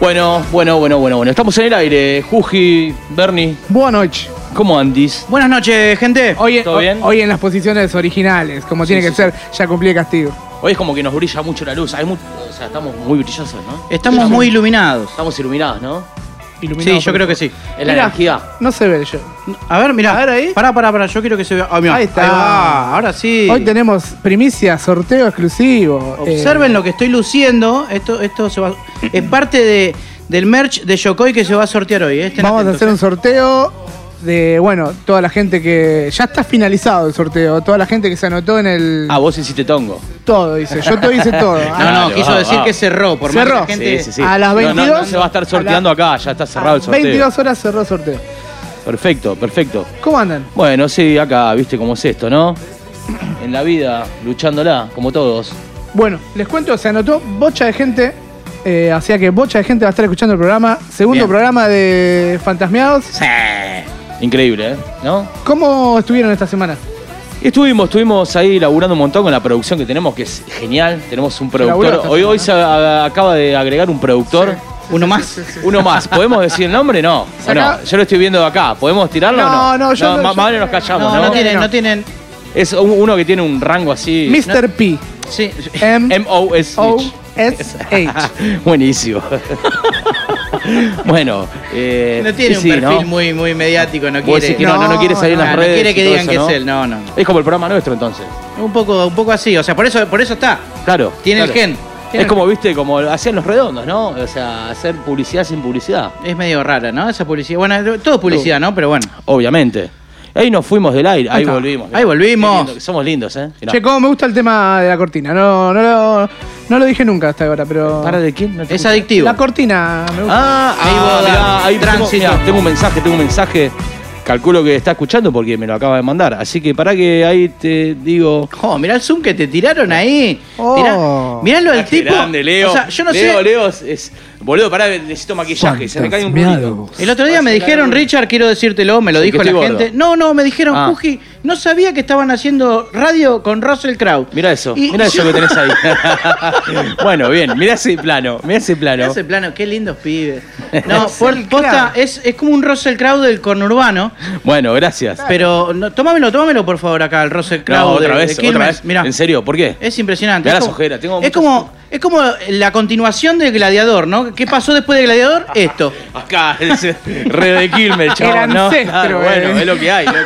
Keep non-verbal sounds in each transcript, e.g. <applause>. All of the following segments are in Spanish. Bueno, bueno, bueno, bueno, bueno. Estamos en el aire. Juji, Bernie, Buenas noches. ¿cómo andis? Buenas noches, gente. Hoy, ¿Todo bien? hoy en las posiciones originales, como tiene sí, que ser, ya cumplí el castigo. Hoy es como que nos brilla mucho la luz. Hay mu- o sea, estamos muy brillosos, ¿no? Estamos muy iluminados. Estamos iluminados, ¿no? Iluminado sí, yo por el creo que sol. sí. Es la Mirá, energía. No se ve yo. A ver, mirá. A ver ahí. Pará, pará, pará. Yo quiero que se vea. Ah, mirá. Ahí está. va, Ahora sí. Hoy tenemos primicia, sorteo exclusivo. Observen Eh, lo que estoy luciendo. Esto, esto se va. Es parte de, del merch de Yokoi que se va a sortear hoy. eh. Estén Vamos a atentos, hacer un eh. sorteo de, bueno, toda la gente que. Ya está finalizado el sorteo. Toda la gente que se anotó en el. Ah, vos hiciste tongo. Todo, dice. Yo todo hice <laughs> todo. No, Ah, no, Dale, quiso va, decir va. que cerró. Por más que Cerró. la gente- Sí, sí, sí. a las No, no, no 22, se va a estar sorteando acá, ya está cerrado el sorteo. 22 horas cerró el sorteo. Perfecto, perfecto. ¿Cómo andan? Bueno, sí, acá, viste cómo es esto, ¿no? En la vida, luchándola, como todos. Bueno, les cuento, se anotó bocha de gente. eh, así que bocha de gente va a estar escuchando el programa. Segundo Bien. programa de Fantasmeados. Increíble, ¿eh? ¿No? ¿Cómo estuvieron esta semana? Y Estuvimos, estuvimos ahí laburando un montón con la producción que tenemos, que es genial. Tenemos un Laburó productor. esta Hoy, hoy semana. se a- acaba de agregar un productor. Uno más. Uno más. ¿Podemos decir el nombre? No. <laughs> Se ¿O no? acaba- Yo lo estoy viendo de acá. ¿Podemos tirarlo o no? No, no, yo no- ma- yo- Más vale nos callamos, No, ¿no? no tienen, no tienen. Es un- uno que tiene un rango así. Mr. P. Sí. M. O. M-O-S-H. S. H. <laughs> Buenísimo. <laughs> bueno. eh, <laughs> No tiene y un sí, perfil ¿no? muy, muy mediático, no Vos quiere. decís que no, no, no quiere salir en Ah, las no redes. quiere que y todo digan eso, que ¿no? es él, no, no. Es como el programa nuestro entonces. Un poco, un poco así, o sea, por eso, por eso está. Claro. Tiene claro. el gen. Es como, viste, como hacían los redondos, ¿no? O sea, hacer publicidad sin publicidad. Es medio rara, ¿no? Esa publicidad. Bueno, todo es publicidad, ¿no? Pero bueno. Obviamente. Ahí nos fuimos del aire, ahí está. volvimos. Ahí volvimos. Qué lindo que Somos lindos, ¿eh? Mirá. Che, cómo me gusta el tema de la cortina. No, no, lo- no lo dije nunca hasta ahora, pero. ¿Para de quién? No te Es escucho. adictivo. La cortina me gusta. Ah, Ahí ahí vos, mirá, ahí tengo, tránsito. mirá, tengo un mensaje, tengo un mensaje. Calculo que está escuchando porque me lo acaba de mandar. Así que para que ahí te digo. Oh, mirá el zoom que te tiraron ahí. Oh. Mirá, mirá lo del tipo. Grande, Leo. O sea, yo no Leo, sé. Leo es, es- Boludo, pará, necesito maquillaje. Se me cae un culito. El otro día me dijeron, Richard, quiero decírtelo, me lo Sí, dijo que la estoy gordo. gente. No, no, me dijeron, Ah. Juji, no sabía que estaban haciendo radio con Russell Crowe. Mira eso, Y- mira eso yo- que <laughs> tenés ahí. bueno, bien, mira ese plano, mira ese plano. Ese plano, qué lindos pibes. <laughs> No, por- Russell posta, Crowe. es, es como un Russell Crowe del conurbano. Bueno, gracias. Pero no, tómamelo, tómamelo por favor acá, el Russell Crowe. No, de- otra de vez, otra Quilmes. vez. Mirá. ¿En serio? ¿Por qué? Es impresionante. Me da es las como- ojeras, tengo es muchas como, es como la continuación del Gladiador, ¿no? ¿Qué pasó después de <laughs> Gladiador? Esto. Acá, ese re de Quilmes, chaval. El ¿no? ancestro, Claro, eh. bueno, es lo que hay, loco.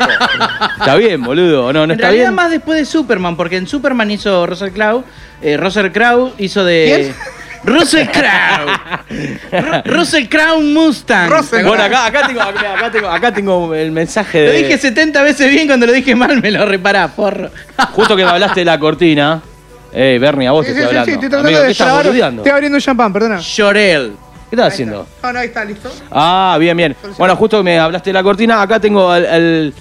Está bien, boludo. No, no en está realidad bien. más después de Superman, porque en Superman hizo Russell Crowe, eh, Russell Crowe hizo de... <laughs> Russell Crowe. Ru- Russell Crowe Mustang. Russell Bueno, acá, acá, tengo, mirá, acá, tengo, acá tengo el mensaje de. Lo dije 70 veces bien, cuando lo dije mal me lo repará, porro. Justo que me hablaste de la cortina. Eh, Bernie, a vos Sí, te sí, estoy sí, hablando. sí, estoy tratando Amigo, de ¿Qué estás llevar- boludeando? Estoy abriendo un champán, perdona. Llorel. ¿Qué estás haciendo? No, no, ahí está, listo. Ah, bien, bien. Bueno, justo que me hablaste de la cortina, acá tengo el. el-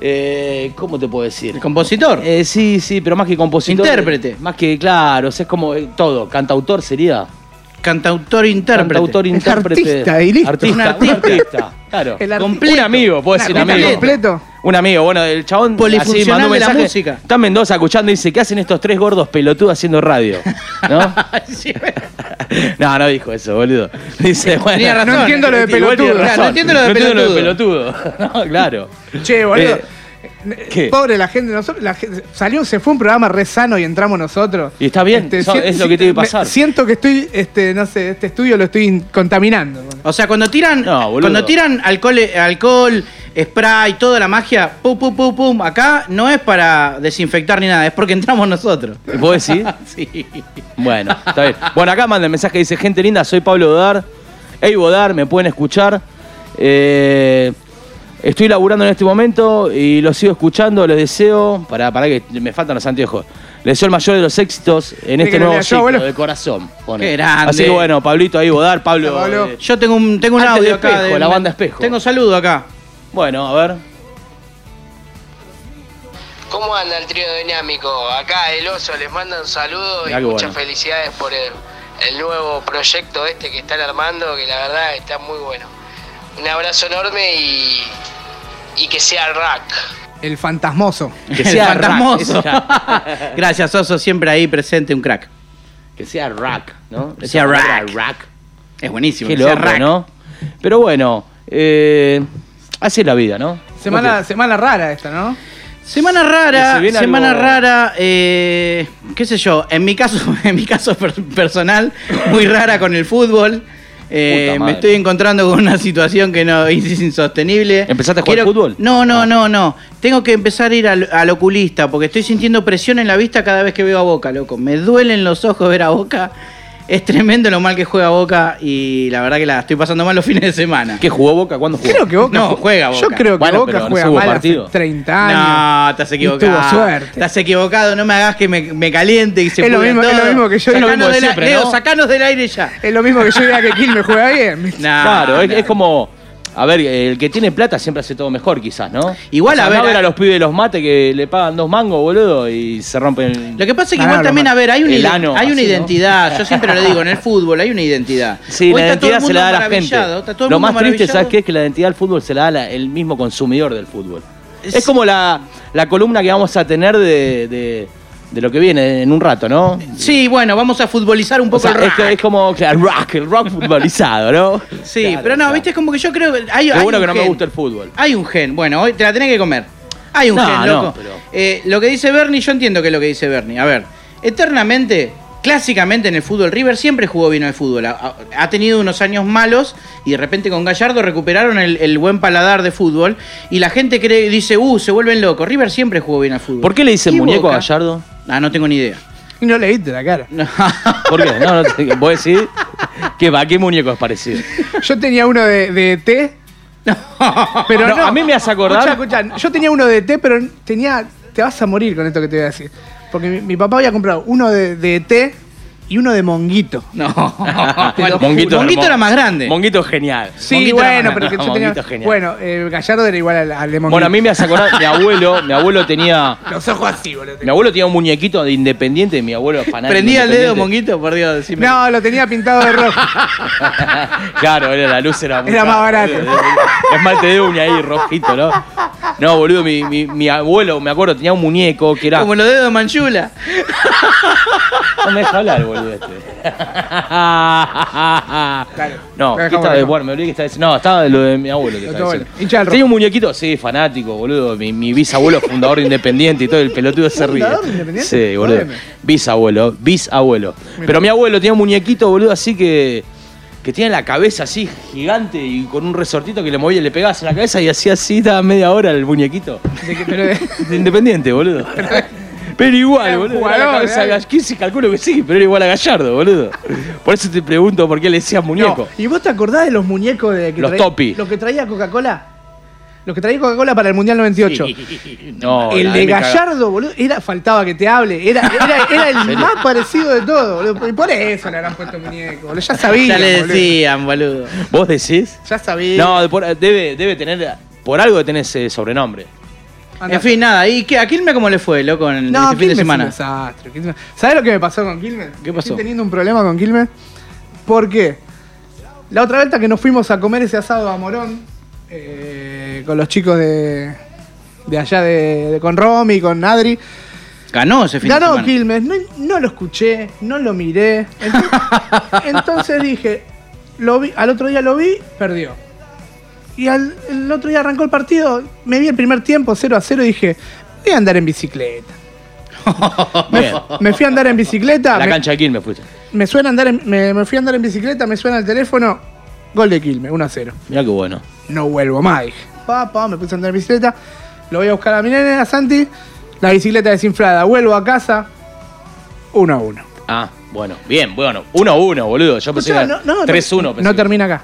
eh, ¿Cómo te puedo decir? El compositor. Eh, sí, sí, pero más que compositor. Intérprete. Más que, claro, o sea, es como eh, todo. Cantautor sería. Cantautor intérprete. <laughs> Cantautor, Es intérprete. artista y listo. Artista, Un un artista. artista. Claro. El artista. Un amigo, puedes decir Un un amigo. artista completo. Un amigo, bueno, el chabón así Polifuncional mandó un de la mensaje. música. Está en Mendoza escuchando y dice, ¿qué hacen estos tres gordos pelotudos haciendo radio? ¿No? <laughs> <laughs> Sí. no, no dijo eso, boludo. Dice, bueno, <laughs> Tenía razón. No entiendo lo de igual tiene pelotudo. razón. Claro, no entiendo lo de pelotudo. <laughs> No, claro. Che, boludo. Eh, ¿qué? Pobre la gente, nosotros, la gente- salió, se fue un programa re sano y entramos nosotros. Este, Y está bien, eso sien- es lo que tiene que me- pasar. siento que estoy, este, no sé, este estudio lo estoy in- contaminando. O sea, cuando tiran, No, boludo. cuando tiran alcohol, alcohol, spray, toda la magia, pum, pum, pum, pum, acá no es para desinfectar ni nada, es porque entramos nosotros. <laughs> ¿Vos decís? Sí. Bueno, está bien. Bueno, acá manda el mensaje, dice, gente linda, soy Pablo Bodar. Hey Bodar, me pueden escuchar. Eh, estoy laburando en este momento y los sigo escuchando, les deseo, para, para que me faltan los anteojos. Les deseo el mayor de los éxitos en que este lo nuevo lea yo, ciclo, abuelo. de corazón. pone. Qué grande. Así que bueno, Pablito ahí Bodar, Pablo. Pablo. eh, Yo tengo un, tengo un Antes de audio acá. Espejo, la banda Espejo. Tengo saludo acá. bueno, a ver. ¿Cómo anda el trío dinámico? Acá el oso les manda un saludo Mirá y qué muchas bueno. felicidades por el, el nuevo proyecto este que están armando, que la verdad está muy bueno. Un abrazo enorme y, y que sea rack. El fantasmoso. Que El sea fantasmoso. rock, <laughs> Gracias, Oso, siempre ahí presente, un crack. Que sea rack, ¿no? Que sea Esa palabra rack. rack. Es buenísimo. Qué que sea loco, rack. ¿no? Pero bueno, eh, así es la vida, ¿no? Semana, semana rara esta, ¿no? Semana Que se rara, viene semana algo- rara, eh, qué sé yo, en mi caso, <laughs> en mi caso per- personal, muy rara con el fútbol. Eh, Puta me madre. estoy encontrando con una situación que no <laughs> es insostenible. ¿Empezaste a jugar fútbol? No, no, Ah. no, no. Tengo que empezar a ir al, al oculista porque estoy sintiendo presión en la vista cada vez que veo a Boca, loco. Me duelen los ojos ver a Boca. Es tremendo lo mal que juega Boca y la verdad que la estoy pasando mal los fines de semana. ¿Qué jugó Boca? ¿Cuándo jugó? Creo que Boca. No, ju- juega Boca. Yo creo que Bueno, Boca pero no juega hubo mal partido. hace 30 años. No, estás equivocado. Y tuvo suerte. Estás equivocado, no me hagas que me, me caliente y se Es lo pudra mismo- es todo. lo mismo que yo digo. Sacanos Es lo mismo de del a- siempre, Leo, ¿no? sacanos del aire ya. Es lo mismo que yo diga que Quilmes juega bien. <laughs> Nah, Claro, es, nah. es como. A ver, el que tiene plata siempre hace todo mejor, quizás, ¿no? Igual, O sea, a andá ver, a a- los pibes de los mates que le pagan dos mangos, boludo, y se rompen el. Lo que pasa es que Claro, igual también, Román. a ver, hay una, El ide- ano, hay una así, ¿no? identidad. Yo siempre lo digo, en el fútbol hay una identidad. Sí, Hoy la está todo el identidad se mundo la da la gente. maravillado, está todo el Lo mundo más triste, maravillado. ¿sabes qué? Es que la identidad del fútbol se la da la- el mismo consumidor del fútbol. Es, Es- como la, la columna que vamos a tener de, de- de lo que viene en un rato, ¿no? Sí, bueno, vamos a futbolizar un O poco sea, el es, rock. que- es como claro, el rock, el rock futbolizado, ¿no? <laughs> Sí, Claro, pero no, claro. viste, es como que yo creo que hay, Qué hay bueno un que no me gen. gusta el fútbol. Hay un gen. Bueno, hoy te la tenés que comer. Hay un No, gen, no, loco. pero- Eh, lo que dice Bernie, yo entiendo que es lo que dice Bernie. A ver, eternamente, clásicamente en el fútbol, River siempre jugó bien al fútbol. Ha- Ha, ha tenido unos años malos y de repente con Gallardo recuperaron el, el buen paladar de fútbol. Y la gente cree, dice, uh, se vuelven locos. River siempre jugó bien al fútbol. ¿Por qué le dicen ¿Y muñeco Boca? a <laughs> Gallardo? Ah, no tengo ni idea. Y no le viste la cara. No. ¿Por qué? No, no te- vos decís que va, ¿qué muñeco es parecido? Yo tenía uno de, de té. Pero No, no, a mí me hace acordar- Escucha, escucha. Yo tenía uno de té, pero tenía. Te vas a morir con esto que te voy a decir. Porque mi, mi papá había comprado uno de, de té y uno de monguito. <laughs> no. <laughs> Monguito Monguito, hermoso. era más grande. Monguito es genial. Sí, Monguito era bueno, más pero que grande. yo tenía. Monguito es genial. Bueno, eh, Gallardo era igual al, al de monguito. Bueno, a mí me hace acordar, mi abuelo, mi abuelo tenía. Los ojos así, boludo. Mi abuelo tenía un muñequito de independiente, mi abuelo es fanático. Prendía el dedo, Independiente. Monguito, por Dios, decime. No, lo tenía pintado de rojo. <laughs> claro, era, la luz era muy Era más cara, <laughs> barato. boludo. Esmalte de uña ahí, rojito, ¿no? No, boludo, mi, mi- mi abuelo, me acuerdo, tenía un muñeco que era. Como los dedos de Manchula. No me deja hablar, boludo. Este. No, Lo ¿qué estaba dejamos, lo de dejamos. bueno, me olvidé que estaba diciendo. No, estaba de lo de mi abuelo. Que Lo de tu estaba abuelo. diciendo. Hincha del Tenía un muñequito, sí, fanático, boludo. Mi, mi bisabuelo, fundador de Independiente y todo, el pelotudo se ríe. ¿Fundador de Independiente? Sí, boludo. Jodeme. Bisabuelo, bisabuelo. Pero mi abuelo tenía un muñequito, boludo, así que. Que tiene la cabeza así gigante y con un resortito que le movía y le pegabas en la cabeza y hacía así, estaba media hora el muñequito. De que- pero <laughs> de- De Independiente, <laughs> boludo. Pero igual, Era un boludo. jugador, era ¿eh? la cabeza de era- Gall- ¿Quién se calculo que sí, pero era igual a Gallardo, boludo. Por eso te pregunto por qué le decías muñeco. No, ¿Y vos te acordás de los muñecos de que Los traía- Topi. Los que traía Coca-Cola. Los que traía Coca-Cola para el Mundial 98. No, Oh, la el me de caga- Gallardo, boludo, era, faltaba que te hable. Era, era, era el más parecido de todo, boludo. Y por eso le habrán puesto muñeco, boludo. Ya sabía. Ya le boludo. decían, boludo. ¿Vos decís? Ya sabía. No, de- por- debe, debe tener. Por algo debe tener ese <laughs> sobrenombre. Andá. En fin, nada. ¿Y qué, a Quilmes cómo le fue, loco, en No, este fin de Quilmes semana? Es un desastre. Quilmes- ¿Sabés lo que me pasó con Quilmes? ¿Qué pasó? Estoy teniendo un problema con Quilmes. ¿Por qué? La otra vuelta que nos fuimos a comer ese asado a Morón eh, con los chicos de, de allá, de, de- con Romy, con Adri. Ganó ese Este fin Ganó de semana. Quilmes, no, no lo escuché, no lo miré. <laughs> Entonces, entonces dije, lo vi, al otro día lo vi, perdió. Y al el otro día arrancó el partido, me vi el primer tiempo 0 a 0 y dije, voy a andar en bicicleta. Bien. Me fui a andar en bicicleta, La me, cancha de Quilmes fuiste. me suena andar en- me, me fui a andar en bicicleta, me suena el teléfono, gol de Quilmes, 1 a 0. Mirá qué bueno. No vuelvo más, dije. Pa, pa, me puse a andar en bicicleta, lo voy a buscar a mi nene, a Santi, la bicicleta desinflada, vuelvo a casa, 1 a 1. Ah, bueno. Bien, bueno. 1-1, boludo. Yo pensé Escuchá, que era no, 3-1. no, pensé No que- termina acá.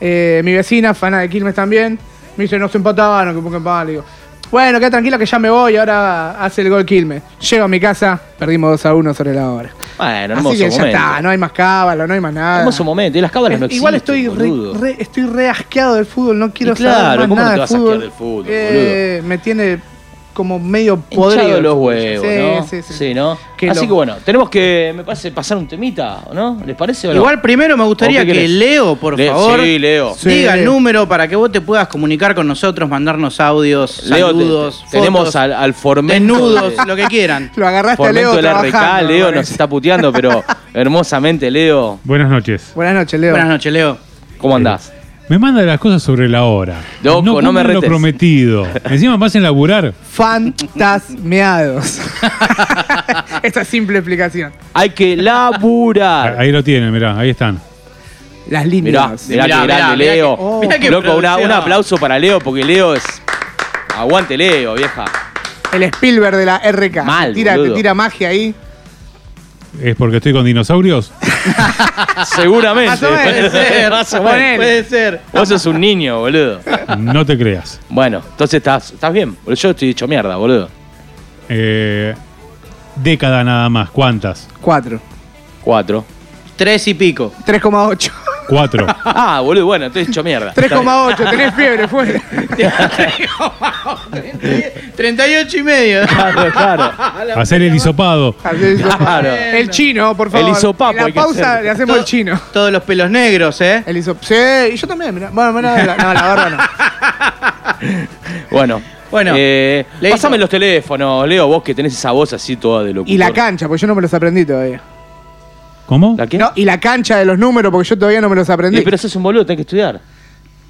Eh, mi vecina, fana de Quilmes también, me dice, no se empataban, que poco empataban. Le digo, bueno, queda tranquila que ya me voy, ahora hace el gol Quilmes. Llego a mi casa, perdimos 2 a 1 sobre la hora. Bueno, hermoso Así que ya momento. está, no hay más cábala, no hay más nada. Hermoso momento. Y las cábalas Es- no existen. Igual estoy boludo. re, re- estoy re asqueado del fútbol, no quiero Y claro, saber más ¿cómo no nada te de vas a fútbol. asquear del fútbol, Eh, Me tiene como medio Podrido podrido. los huevos, Sí, ¿no? sí, sí. ¿no? Qué Así loco. que bueno, tenemos que, me parece, pasar un temita, ¿o ¿no? ¿Les parece o no? Igual primero me gustaría ¿O qué que querés? Leo, por Le- favor, Sí, Leo. Sí, diga el Leo. número para que vos te puedas comunicar con nosotros, mandarnos audios, Leo, te- saludos, te- tenemos fotos, al, al formento. desnudos, de- lo que quieran. Lo agarraste a <laughs> Leo Formento del RK, trabajando, Leo me nos parece. está puteando, <laughs> pero hermosamente, Leo, Buenas noches. Eh, Buenas noches, Leo. Buenas noches, Leo. ¿cómo andás? Me manda las cosas sobre la hora. Loco, no cumplen me lo retes. <laughs> prometido. Encima me hacen laburar. <laughs> Fantasmeados. Esa simple explicación. Hay que laburar. Ahí lo tienen, mirá, ahí están. Mirá, Las líneas. mirá, Mirá, qué mirá, grande mirá Leo. que- oh. mirá que Loco, una- producción. un aplauso para Leo, porque Leo es. Aguante Leo, vieja. El Spielberg de la RK. Mal, tira, te boludo. tira magia ahí. ¿Es porque estoy con dinosaurios? Seguramente. <laughs> Más o menos. <laughs> Más o menos. Ponele. Puede ser. Vos sos un niño, boludo. No te creas. Bueno, entonces estás, estás bien. boludo. Yo estoy hecho mierda, boludo. Eh, década nada más. ¿Cuántas? 4. Cuatro. <laughs> Tres <laughs> y pico. 3,8. Cuatro. Ah, boludo, bueno, estoy hecho mierda. 3,8. Tenés fiebre, fuera. 38 y medio. Claro, claro. Hacer el hisopado. Así <laughs> es, Claro. El chino, por favor. El hisopapo En hay la que pausa hacer. le hacemos el chino. Todos los pelos negros, ¿eh? El hisop. Sí, y yo también, mirá. Bueno, bueno, la- no, la verdad no. Bueno. Bueno, eh, Leito. pásame los teléfonos, Leo, vos que tenés esa voz así toda de locura. Y la cancha, porque yo no me los aprendí todavía. ¿Cómo? ¿La qué? No, y la cancha de los números, porque yo todavía no me los aprendí. Eh, pero sos un boludo, tenés que estudiar.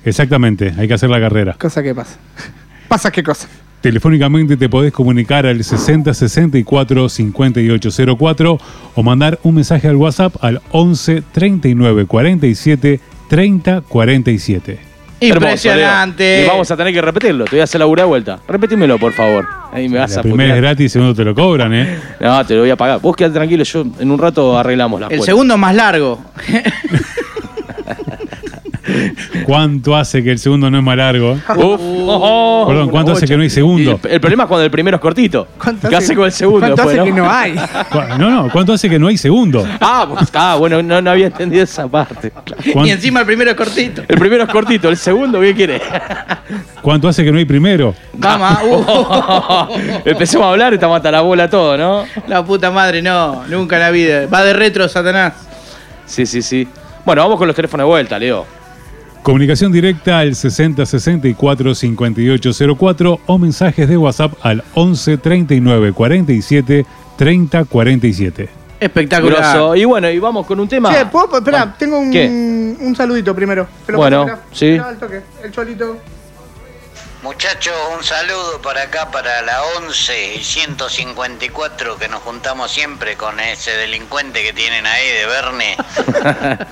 Exactamente, hay que hacer la carrera. Cosa que pasa. Pasa qué cosa. Telefónicamente te podés comunicar al 60 64 58 04 o mandar un mensaje al WhatsApp al 11 39 47 30 47. Hermoso, Leo. Impresionante. y vamos a tener que repetirlo, te voy a hacer laburar de vuelta. Repetímelo, por favor. Ahí me vas La a primera es putear. gratis y segundo te lo cobran, ¿eh? No, te lo voy a pagar. Vos quedate tranquilo, yo en un rato arreglamos las El cuentas. segundo más largo. ¿Cuánto hace que el segundo no es más largo? Uf. Oh, oh. Perdón, ¿cuánto hace que no hay segundo? Y El, el problema es cuando el primero es cortito. ¿Qué hace con el segundo? ¿Cuánto después, hace que <laughs> no hay? Cu- No, no, ¿cuánto hace que no hay segundo? Ah, pues, ah, bueno, no, no había entendido esa parte. ¿Cuán- Y encima el primero <laughs> es cortito. El primero es cortito, el segundo, ¿qué <laughs> quiere? ¿Cuánto hace que no hay primero? Vamos. ah, uh. <laughs> Empecemos a hablar y te mata la bola todo, ¿no? La puta madre, no. Nunca en la vida. Va de retro, Satanás. Sí, sí, sí. Bueno, vamos con los teléfonos de vuelta, Leo. Comunicación directa al 60 64 58 04 o mensajes de WhatsApp al 11 39 47 30 47. Espectacular. Grosso. Y bueno, y vamos con un tema. Che, ¿puedo? Espera, tengo un, ¿Qué? un saludito primero. Te lo Bueno, paso, mirá. sí. Mirá al toque, El cholito. Muchachos, un saludo para acá, para la 11 y 154, que nos juntamos siempre con ese delincuente que tienen ahí de Verne.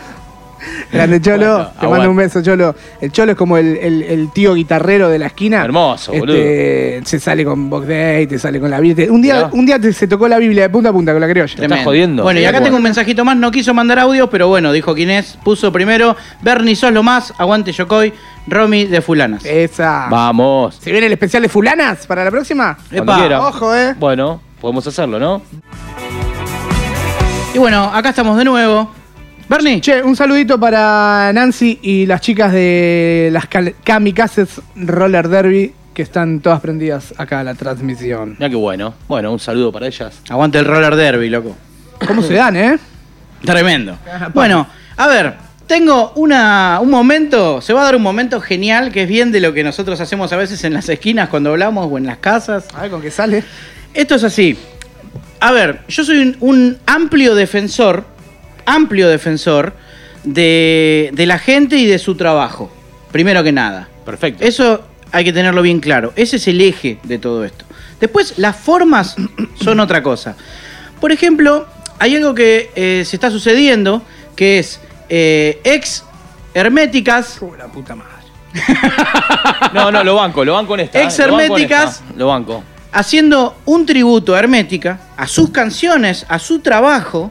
Grande Cholo, Bueno, te mando un aguante. beso, Cholo. El Cholo es como el, el- el tío guitarrero de la esquina. Hermoso, Este, Se sale con Box Day, te sale con la Biblia. Un día, Mirá. un día te- se tocó la Biblia de punta a punta con la criolla. estás jodiendo. Bueno, y acá Bueno. tengo un mensajito más. No quiso mandar audio, pero bueno, dijo quién es. Puso primero. Bernie, sos lo más. Aguante, Yocoy. Romy de Fulanas. Eh. Esa. Vamos. ¿Se viene el especial de fulanas para la próxima? Cuando Epa, quiera. ojo, eh. Bueno, podemos hacerlo, ¿no? Y bueno, acá estamos de nuevo. Bernie. Che, un saludito para Nancy y las chicas de las cal- Kamikazes Roller Derby que están todas prendidas acá a la transmisión. Mira qué bueno. Bueno, un saludo para ellas. Aguante el roller derby, loco. ¿Cómo se dan, eh? Tremendo. Ah, Bueno, a ver, tengo una, un momento, se va a dar un momento genial que es bien de lo que nosotros hacemos a veces en las esquinas cuando hablamos o en las casas. A ver con qué sale. Esto es así. A ver, yo soy un, un amplio defensor, amplio defensor de, de la gente y de su trabajo, primero que nada. Perfecto. Eso hay que tenerlo bien claro. Ese es el eje de todo esto. Después, las formas son otra cosa. Por ejemplo, hay algo que eh, se está sucediendo, que es eh, ex herméticas, Oh, la puta madre. No, no, lo banco, lo banco en esta. Ex eh, lo banco en herméticas. esta, Lo banco. haciendo un tributo a Hermética, a sus canciones, a su trabajo,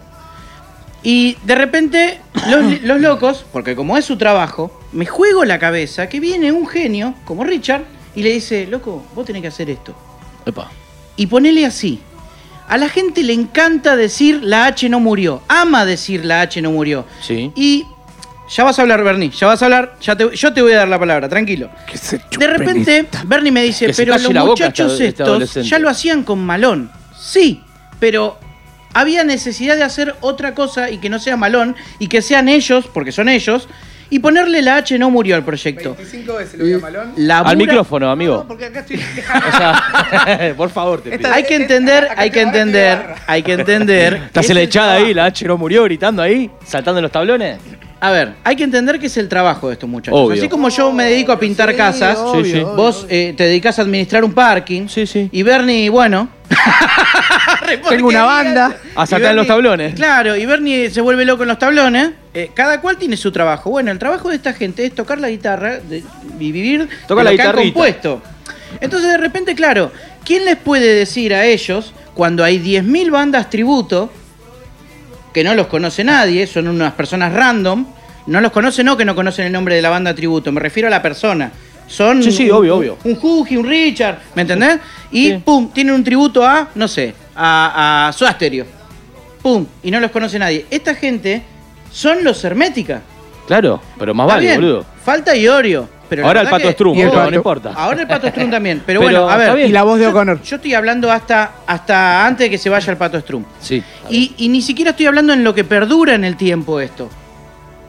y de repente los, los locos, porque como es su trabajo, me juego la cabeza que viene un genio como Richard y le dice, loco, vos tenés que hacer esto. Epa. Y ponele así. A la gente le encanta decir la H no murió. Ama decir la H no murió. Sí. Y Ya vas a hablar, Bernie, ya vas a hablar, ya te- yo te voy a dar la palabra, tranquilo. De repente, Bernie me dice, Que se pero calle los la boca muchachos esta- este estos adolescente". ya lo hacían con Malón. Sí, pero había necesidad de hacer otra cosa y que no sea Malón y que sean ellos, porque son ellos, y ponerle la H no murió al proyecto. 25 veces lo vi a Malón. Labura- Al micrófono, amigo. <laughs> No, porque acá estoy. <laughs> O sea, <laughs> por favor, te pido. Hay que entender, hay que entender, hay que <laughs> entender. ¿Estás que en la es el echada ahí? trabajo. ¿La H no murió gritando ahí? ¿Saltando en los tablones? A ver, hay que entender que es el trabajo de estos muchachos. Obvio. Así como yo me dedico a pintar Sí, casas, obvio, Sí, sí. obvio, vos eh, te dedicás a administrar un parking. Sí, sí. Y <laughs> Bernie, bueno. Re Tengo una porquería. banda. A Y saltar en los tablones. Claro, y Bernie se vuelve loco en los tablones. Eh, cada cual tiene su trabajo. Bueno, el trabajo de esta gente es tocar la guitarra de- y vivir Toca de la lo que han guitarrita. compuesto. Entonces, de repente, claro, ¿quién les puede decir a ellos cuando hay 10.000 bandas tributo que no los conoce nadie, son unas personas random. No los conoce, no que no conocen el nombre de la banda tributo, me refiero a la persona. Son Sí, sí, un- obvio, obvio. Un Juji, un Richard, ¿me entendés? Y Sí. pum, tienen un tributo a, no sé, a, a Soda Stereo. Pum, y no los conoce nadie. Esta gente son los Hermética. Claro, pero más Está Ah, vale, bien, boludo. Falta Iorio. Pero la Ahora el verdad pato que- es Strum, Y el boludo, pato. no importa. Ahora el pato Strum también. Pero, Pero bueno, a está ver. bien. Y la voz de yo- O'Connor. Yo estoy hablando hasta, hasta antes de que se vaya el pato Strum. Sí. Y, y ni siquiera estoy hablando en lo que perdura en el tiempo esto.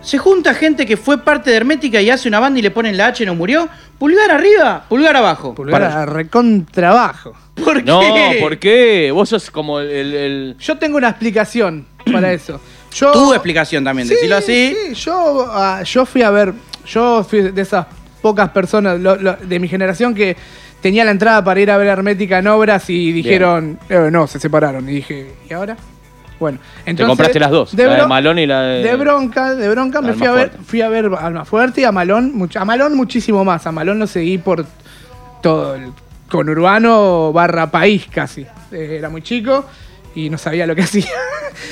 Se junta gente que fue parte de Hermética y hace una banda y le ponen la H no murió. Pulgar arriba, pulgar abajo. Pulgar Para. a recontrabajo. ¿Por No, qué? ¿por qué? Vos sos como el. el- el- Yo tengo <clears throat> una explicación para eso. Yo, Tu explicación también, decilo así. Sí, yo, ah, yo fui a ver, yo fui de esas pocas personas lo- lo- de mi generación que tenía la entrada para ir a ver Hermética en obras y dijeron, "Eh, no, se separaron. Y dije, ¿y ahora? Bueno, entonces. compraste las dos, la de bro- Malón y la de- bronca, de bronca La me de fui a ver, Almafuerte. fui a ver Almafuerte y a Malón, mucho- a Malón muchísimo más. A Malón lo seguí por todo el conurbano barra país casi. Eh, era muy chico y no sabía lo que <laughs> hacía.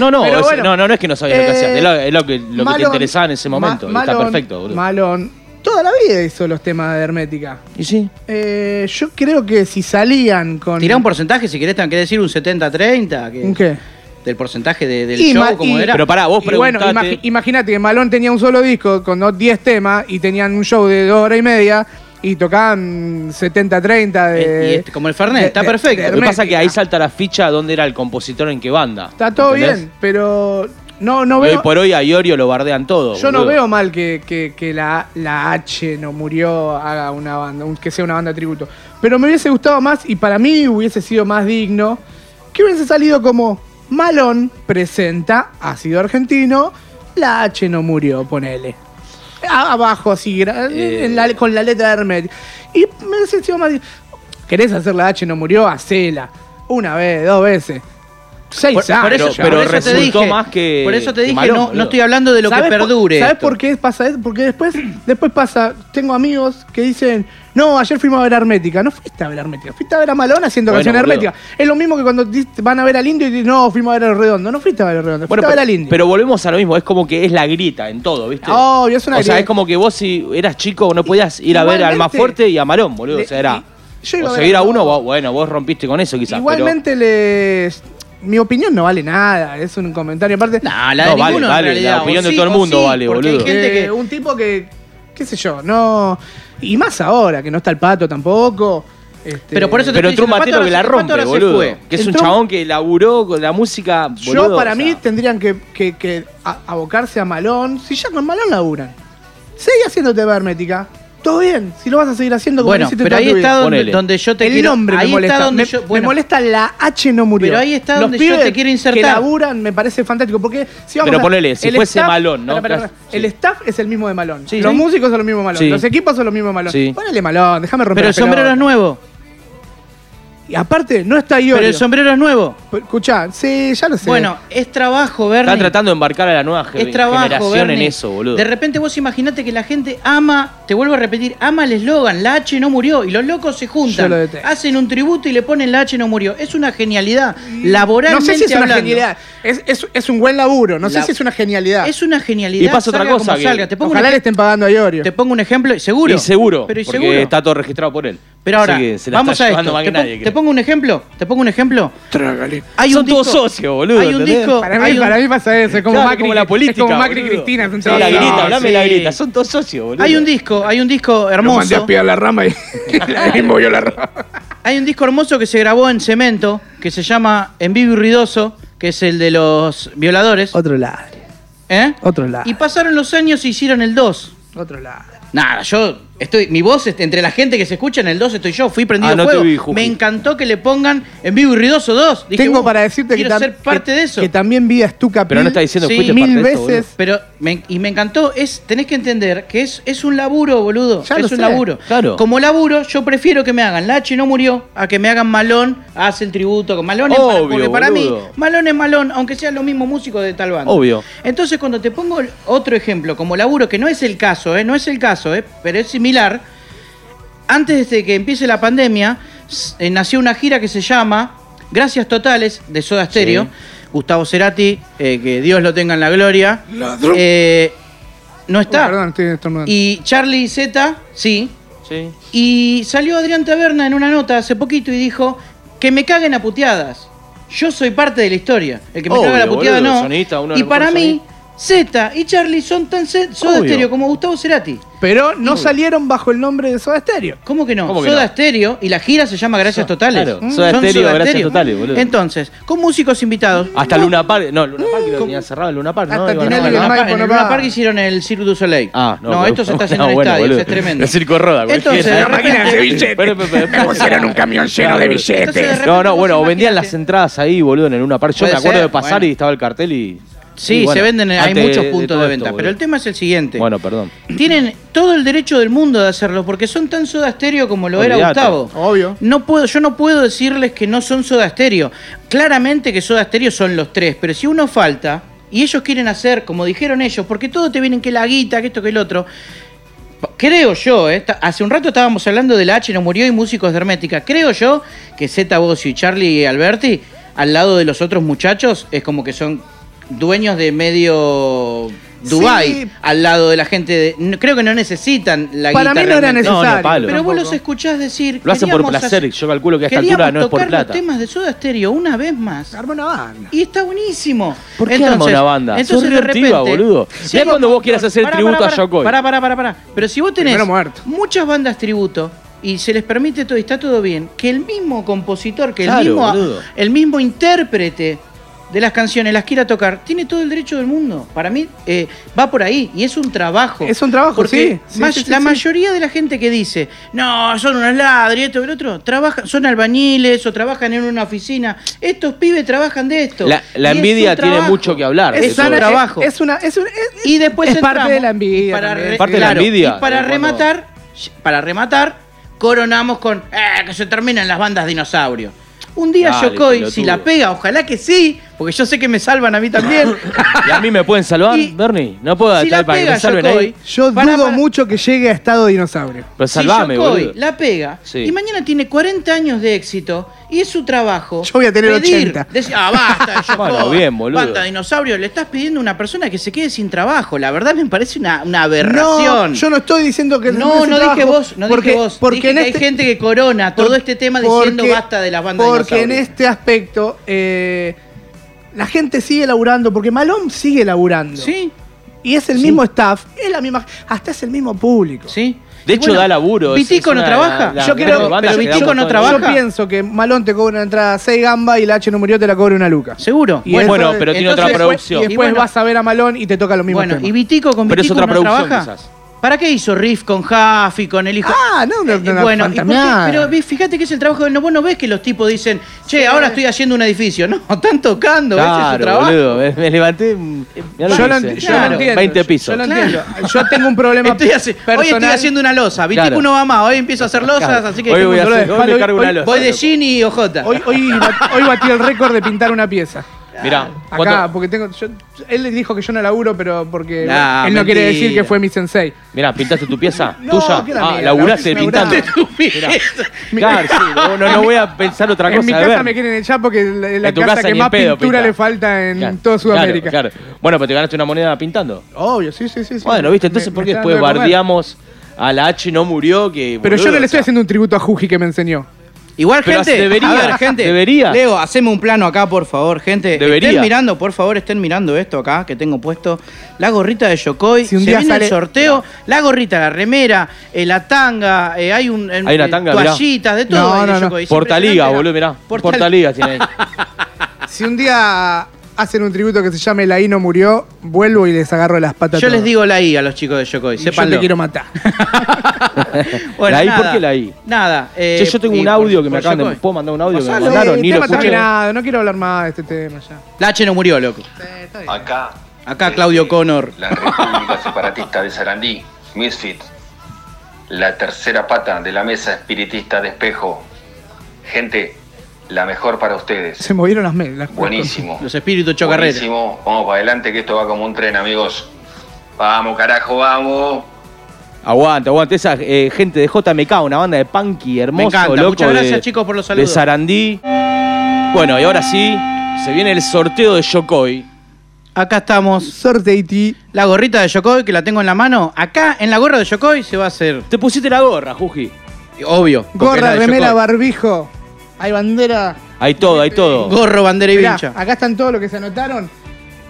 No, no, Pero es- bueno. no, no es que no sabías lo que Eh, hacías. Es lo, es lo que, lo que te Malón, interesaba en ese Ma- momento. y está Malón, perfecto, boludo. Malón, toda la vida hizo los temas de Hermética. y sí. Eh, yo creo que si salían con. Tirá un porcentaje si querés, tengo que decir un 70-30. que- ¿Un qué? Del porcentaje de- del Y show, ma- como y- era. Pero pará, vos Y bueno, preguntaste. imagi- imagínate que Malón tenía un solo disco con dos- 10 temas y tenían un show de 2 horas y media y tocaban 70-30 de. Eh, y este, como el Fernet, de- está de- perfecto. de lo que pasa Hermética. es que ahí salta la ficha dónde era el compositor en qué banda. Está todo ¿entendés? bien, pero no, no Hoy veo. por hoy a Iorio lo bardean todo. Yo no boludo. veo mal que, que- que la, la H no murió, haga una banda, un- que sea una banda de tributo. Pero me hubiese gustado más y para mí hubiese sido más digno que hubiese salido como Malón presenta ácido argentino, la H no murió, ponele. A- Abajo así, gra- Eh. en la- con la letra de Hermet. Y me hubiese sido más digno. ¿Querés hacer la H no murió? Hacela. Una vez, dos veces. Seis Por, años. por eso, pero- ya. pero por eso te resultó dije, más que- Por eso te que dije, Malón, no, no boludo. estoy hablando de lo que ¿Sabes por- perdure. ¿Sabes esto. por qué pasa eso? Porque después, después pasa, tengo amigos que dicen, no, ayer fuimos a ver Hermética. No fuiste a ver Hermética, fuiste a ver a Malón haciendo Bueno, canciones boludo. Hermética. Es lo mismo que cuando di- van a ver al Indio y dicen, no, fuimos a ver al Redondo. No fuiste a ver al Redondo, fuiste Bueno, a ver pero, al Indio. Ah, pero volvemos a lo mismo, es como que es la grieta en todo, ¿viste? Obvio, es una o sea, grieta. es como que vos si eras chico no podías ir a ver a Igualmente- Almafuerte y a Marón, boludo. O sea, era. Y- yo iba o a sea, ver ir a a uno, Marón. vos- bueno, vos rompiste con eso quizás. Igualmente les... Mi opinión no vale nada, es un comentario aparte. No, la de No, vale, ninguno en vale, la realidad. opinión O de todo el o mundo vale, porque hay boludo. gente Eh, que- un tipo que, qué sé yo, no... Y más ahora, que no está el pato tampoco. este- Pero por eso te Pero, pero entró estoy un diciendo, el matero que pato ahora la se- el pato rompe, ahora se boludo. fue. Que es un Entró- chabón que laburó con la música, boludo. Yo, para o sea, mí, tendrían que, que- que a- abocarse a Malón. Si ya con Malón laburan, seguí haciéndote ver hermética. Todo bien, si lo vas a seguir haciendo como Bueno, hiciste pero toda ahí tu vida. está donde, Ponele. donde yo te el quiero. nombre ahí me está molesta. donde me, yo- me bueno, molesta la H no murió. Pero ahí está Los donde yo pibes te quiero insertar. Que laburan me parece fantástico. Porque si vamos Pero a- ponele, si el fuese Malón, ¿no? pará, pará, Sí. El staff es el mismo de Malón. Sí, los sí. músicos son los mismos de Malón. Sí. Los equipos son los mismos de Malón. Sí. Ponele Malón, déjame romper pero las el sombrero es pelotas. nuevo. Y aparte, no está Iorio. Pero el sombrero es nuevo. Escuchá, sí, ya lo sé. Bueno, es trabajo, Bernie. Están tratando de embarcar a la nueva ge- es trabajo, generación Bernie. en eso, boludo. De repente vos imaginate que la gente ama, te vuelvo a repetir, ama el eslogan, la H no murió, y los locos se Yo juntan, lo detesto. hacen un tributo y le ponen la H no murió. Es una genialidad, laboralmente No sé si es hablando. una genialidad. Es, es- es un buen laburo. No sé La- si es una genialidad. Es una genialidad. Y pasa otra salga cosa como que- salga. Te pongo, un, Ojalá le ej- estén pagando a Iorio. te pongo un ejemplo, seguro. Y seguro. Pero y porque seguro. está todo registrado por él. Pero Así ahora, que se la vamos está a llevando esto. más Te, que pon- nadie, te creo. pongo un ejemplo, te pongo un ejemplo. Hay Son un disco- todos socios, boludo, Hay un ¿entendés? disco. Para Para mí, hay un- para mí pasa eso, es como Claro, Macri. como la política. es como Macri y boludo. Cristina. son Sí, todos- la grita, No, hablame sí. la grita. Son todos socios, boludo. Hay un disco, hay un disco Lo mandé hermoso. a pegar la rama y <laughs> y me voy a la rama. Hay un disco hermoso que se grabó en cemento, que se llama En Vivo y Ruidoso, que es el de los violadores. Otro lado. ¿eh? Otro lado. Y pasaron los años y hicieron el 2. Otro lado. Nada, yo estoy. Mi voz, este, entre la gente que se escucha en el 2 estoy yo, fui prendido Ah, no te fuego. vi, Jujuy. Me encantó que le pongan en vivo y ruidoso 2. Dije, Tengo uh, para decirte que, quiero tam- ser parte que- de eso. que también vi a Stuka Pero no Pil está diciendo que Sí, fuiste mil parte de eso, veces. Pero, me- y me encantó, es, tenés que entender que es, es un laburo, boludo. Ya lo es un sé, laburo. claro. Como laburo, yo prefiero que me hagan Lachi no murió, a que me hagan Malón, hace el tributo con Malón. es para- Obvio, porque para mí, boludo. Malón es Malón, aunque sean los mismos músicos de tal banda. Obvio. Entonces, cuando te pongo el- otro ejemplo, como laburo, que no es el caso, ¿eh? no es el caso, ¿eh? pero es similar. Antes de que empiece la pandemia, s- eh, nació una gira que se llama Gracias Totales de Soda Stereo. Sí. Gustavo Cerati, eh, que Dios lo tenga en la gloria. Ladrón. Eh, no está. Uy, Perdón, estoy estornudando. y Charlie Z, sí. Sí. Y salió Adrián Taberna en una nota hace poquito y dijo que me caguen a puteadas. Yo soy parte de la historia. El que me Obvio, caga la puteada boludo, no. sonista, uno de y los para mejores mí, Z y Charlie son tan se- Soda Obvio. Stereo como Gustavo Cerati. Pero no salieron bajo el nombre de Soda Stereo. ¿Cómo que no? ¿Cómo que Soda no? Stereo y la gira se llama Gracias So- Totales. claro, Mm. Soda Son Stereo, Gracias Totales, boludo. Entonces, con músicos invitados. Hasta Luna Park. No, Luna Park lo tenía cerrado, Luna Park. Hasta no, Iban a Tinelli jugar, de ¿no? En Maipo, el Luna no va. Park hicieron el Cirque du Soleil. <laughs> Ah, no. no pero- esto se está haciendo no, en bueno, estadios, boludo. es tremendo. El circo roda, Entonces, cualquiera. de Máquina de repente- billete. Pero, pero, pero- Me pusieron un camión lleno de Entonces, de billetes. repente No, no, vos bueno, o vendían imaginate. las entradas ahí, boludo, en el Una Park. Yo Puede me acuerdo ser, de pasar bueno. y estaba el cartel y. Sí, y bueno, se venden, en- hay antes muchos todo puntos de, esto, venta. boludo. pero el tema es el siguiente. Bueno, perdón. Tienen todo el derecho del mundo de hacerlo, porque son tan soda estéreo como lo era Olvídate. Gustavo. Obvio. No puedo, yo no puedo decirles que no son soda estéreo. Claramente que soda estéreo son los tres, pero si uno falta, y ellos quieren hacer, como dijeron ellos, porque todo te vienen que la guita, que esto, que el otro. Creo yo, eh, ta- hace un rato estábamos hablando de la H no murió y músicos de Hermética. Creo yo que Zeta Bosio y Charlie Alberti, al lado de los otros muchachos, es como que son dueños de medio Dubai, Sí. al lado de la gente de. no- creo que no necesitan la Para guita mí no era realmente. No, necesario. no, palo. Pero vos los escuchás decir. Lo hacen por queríamos placer, hacer- yo calculo que a esta queríamos altura no es por tocar plata. los temas de Soda Stereo una vez más. Arma una banda. Y está buenísimo. ¿Por qué arma una banda? Entonces Sos de re activa, repente, boludo. Mirá hay un cuando vos montón. quieras hacer Pará, tributo pará, a Joe Coy. Pará, pará, pará, pará. Pero si vos tenés Primero muerto. muchas bandas tributo y se les permite todo y está todo bien, que el mismo compositor, que Claro, el mismo boludo. el mismo intérprete de las canciones las quiera tocar, tiene todo el derecho del mundo. Para mí eh, va por ahí y es un trabajo. Es un trabajo, Porque sí, sí, ma- sí, sí, la sí. mayoría de la gente que dice, no, son unos ladri, esto y lo otro, trabajan, son albañiles o trabajan en una oficina. Estos pibes trabajan de esto. La, la Y es envidia un tiene trabajo. mucho que hablar. de Es eso. un una- trabajo. Es, una, es una- es- y después es entramos, parte de la envidia. y para también. re- Parte de la claro, envidia. Y para Pero cuando- rematar, para rematar, coronamos con "Eh, que se terminan las bandas dinosaurio. Un día Dale, Yokoi, pelotudo. si la pega, ojalá que sí, porque yo sé que me salvan a <laughs> mí también. ¿Y a mí me pueden salvar, Y- Bernie? No puedo si la estar para que pega me salven ahí. Yokoi, Yo para- dudo para- mucho que llegue a estado dinosaurio. Pero si salvame, Yokoi boludo. la pega Sí. y mañana tiene 40 años de éxito y es su trabajo. Yo voy a tener pedir, 80. decir, ah, basta, <laughs> Yokoi, Bueno, bien, boludo. Banda dinosaurio, le estás pidiendo a una persona que se quede sin trabajo. La verdad me parece una, una aberración. No, yo no estoy diciendo que No, es no un dije trabajo, vos, no porque, dije vos. Porque Dije en que este, hay gente que corona todo por- este tema diciendo porque- basta de las bandas Porque en dinosaurios. este aspecto eh, la gente sigue laburando, porque Malón sigue laburando. Sí, Y es el mismo staff, es la misma, hasta es el mismo público. sí. De Y hecho, da laburo, es- Vitico es no una- trabaja. la- Yo Las creo, grandes bandas pero pero que Vitico Vitico quedaron no todo trabaja. Yo pienso que Malón te cobra una entrada 6 gamba y la H no murió, te la cobra una luca. Seguro. Y bueno, eso Bueno, es- pero tiene otra entonces- producción. Y después Y bueno. vas a ver a Malón y te toca lo mismo. bueno, y Vitico con Pero es Vitico otra no producción, trabaja. quizás. ¿Para qué hizo Riff con Jaffi, con el hijo? Ah, no, no, Eh, no, no, bueno, ¿y por qué? fantasmeada. pero vi- fíjate que es el trabajo del no. Vos no ves que los tipos dicen, che, ahora estoy haciendo un edificio. No, <laughs> están tocando, ese es su Claro, trabajo. boludo. Me, me levanté. mm, mirá lo yo que lo, hice. ent- yo Claro. lo entiendo. 20 pisos. Yo lo Claro. entiendo. Yo tengo <laughs> un problema Estoy hace- hoy estoy personal. haciendo una losa. Vitico Claro. no va más. Hoy empiezo a hacer losas, Claro. así que hoy tengo voy un a dolor hacer, de hoy espalda, me hoy- cargo una hoy- losa. Voy de Gini y OJ. <laughs> Hoy, hoy, bat- hoy batí el récord de pintar una pieza. Mirá, Acá, ¿cuánto? porque tengo. yo- él le dijo que yo no laburo, pero porque. Nah, él no quiere mentira. decir que fue mi sensei. Mirá, ¿pintaste tu pieza? No, ¿Tuya? qué la Ah, mierda, laburaste la- pintando. laburá. Mirá. <laughs> Claro, sí, no, no, no voy a pensar otra cosa. en mi de casa ver. me quieren echar porque es la, la En tu casa, casa que ni más en pedo pintura pinta. le falta en Claro, toda Sudamérica. Claro, claro. Bueno, pero te ganaste una moneda pintando. Obvio, sí, sí, sí. sí. Bueno, viste, entonces, Me- ¿por me qué está después dando de comer. bardeamos a la H no murió? Que, Pero yo boludo, no le estoy o sea, haciendo un tributo a Juji que me enseñó. Igual, Pero gente. debería, a ver, gente. debería. Leo, haceme un plano acá, por favor, gente. Debería. Estén mirando, por favor, estén mirando esto acá que tengo puesto. La gorrita de Yokoi. Si un se día viene sale- el sorteo. La gorrita, la remera, eh, la tanga. eh, hay un, Hay una tanga, mirá. toallitas, de todo. No, hay de no, no. Yokoi. Es Portaliga, impresionante, boludo, mirá. Portal- Portaliga <laughs> tiene ahí. Si un día hacen un tributo que se llame La I no murió, vuelvo y les agarro las patas. a Yo todos. les digo la I a los chicos de Yokoi. Y yo Sépanlo. te <laughs> quiero matar. <laughs> La I, ¿por qué la I? Nada. eh, Che, yo tengo y un por- audio que me por acaban de. Yokoi. ¿Puedo mandar un audio que me Pasalo, mandaron? eh, Ni lo tema escuché. terminado, no quiero hablar más de este tema ya. Lache no murió, loco. Acá. Acá Claudio Connor. La República Separatista de Sarandí, Misfit. La tercera pata de la mesa espiritista de espejo. Gente, la mejor para ustedes. Se movieron las melas. Buenísimo. Los espíritus chocarreros. Buenísimo. Vamos para adelante que esto va como un tren, amigos. Vamos, carajo, vamos. Aguante, aguante. Esa eh, gente de JMK, una banda de punky hermoso, Me encanta. loco. Muchas gracias, de- chicos, por los de saludos. Sarandí. Bueno, y ahora sí, se viene el sorteo de Yokoi. Acá estamos. Sorteiti. La gorrita de Yokoi que la tengo en la mano. Acá en la gorra de Yokoi se va a hacer. Te pusiste la gorra, Juji. Obvio. porque es la Gorra, de remera, Yokoi. barbijo. Hay bandera. Hay todo, hay todo. Gorro, bandera y Mirá, vincha. acá están todos los que se anotaron.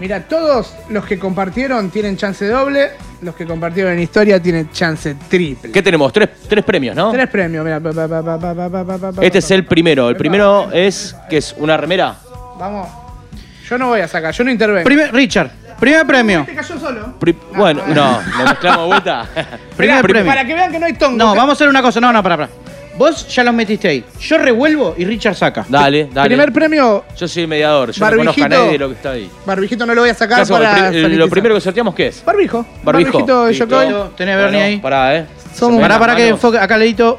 Mira, todos los que compartieron tienen chance doble. Los que compartieron en historia tienen chance triple. ¿Qué tenemos? Tres, tres premios, ¿no? Tres premios, mira. Este es el primero. El primero es que es una remera. Vamos. Yo no voy a sacar, yo no intervengo. Primer- Richard, primer premio. Te cayó solo. Pri- bueno, no, lo mezclamos de vuelta. <laughs> Primer <laughs> Mirá, premio. Para que vean que no hay tongo. No, vamos a hacer una cosa. No, no, para, para. Vos ya los metiste ahí. Yo revuelvo y Richard saca. Dale, dale. Primer premio, yo soy el mediador, yo no conozco a Barbijito. nadie de lo que está ahí. barbijito no lo voy a ¿Qué sacar hacemos? El para. pri- el- sanitizar. lo primero que sorteamos, ¿qué es? Barbijo. Barbijo. Barbijito de Listo. Yokoi. Tenés Bernie ahí. Pará, eh. Se Somos- me Pará, ven pará las que manos. enfoque. Acá, Leito.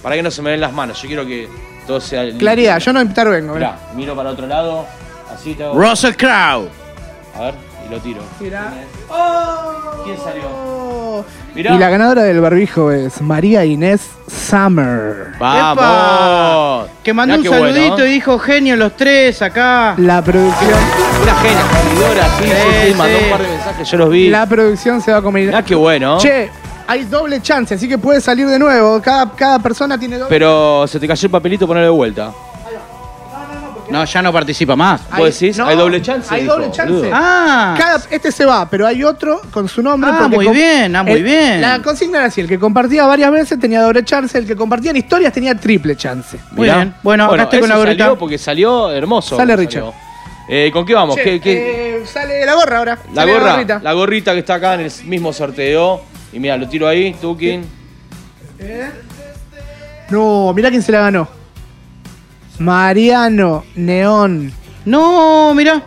Para que no se me ven las manos, yo quiero que todo sea. limpio. Claridad, yo no intervengo. mirá. Mirá, miro para otro lado, así te hago. Russell Crowe. A ver, y lo tiro. ¿eh? Mirá. ¿Quién salió? Oh. Mirá. Y la ganadora del barbijo es María Inés Summer. ¡Vamos! Que mandó Mirá un qué bueno, saludito ¿eh? y dijo genio los tres acá. La producción, Una genia, seguidora, sí, sí, Sí, sí, mandó sí. un par de mensajes, yo los vi. la producción se va a comer. Mirá qué bueno. Che, hay doble chance, así que puede salir de nuevo. Cada, cada persona tiene doble. Pero se te cayó el papelito, ponelo de vuelta. No, ya no participa más. ¿Vos decís? ¿Hay doble chance? Hay dijo, doble chance. boludo. Ah. Cada- este se va, pero hay otro con su nombre. Ah, porque muy com- bien, ah, muy el- bien. La consigna era así: el que compartía varias veces tenía doble chance, el que compartía en historias tenía triple chance. Muy Mirá. bien. Bueno, acá estoy con ese la gorrita. salió porque salió hermoso. Sale Salió. Richard. Eh, ¿Con qué vamos? Che, ¿Qué- qué- eh, sale la gorra ahora. la sale gorra, gorrita. la gorrita que está acá en el mismo sorteo. Y mira, lo tiro ahí, Tukin. No, mirá quién se la ganó. Mariano Neón. No, mirá.